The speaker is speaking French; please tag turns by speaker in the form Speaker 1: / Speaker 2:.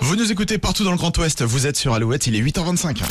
Speaker 1: Vous nous écoutez partout dans le Grand Ouest, vous êtes sur Alouette, il est 8h25.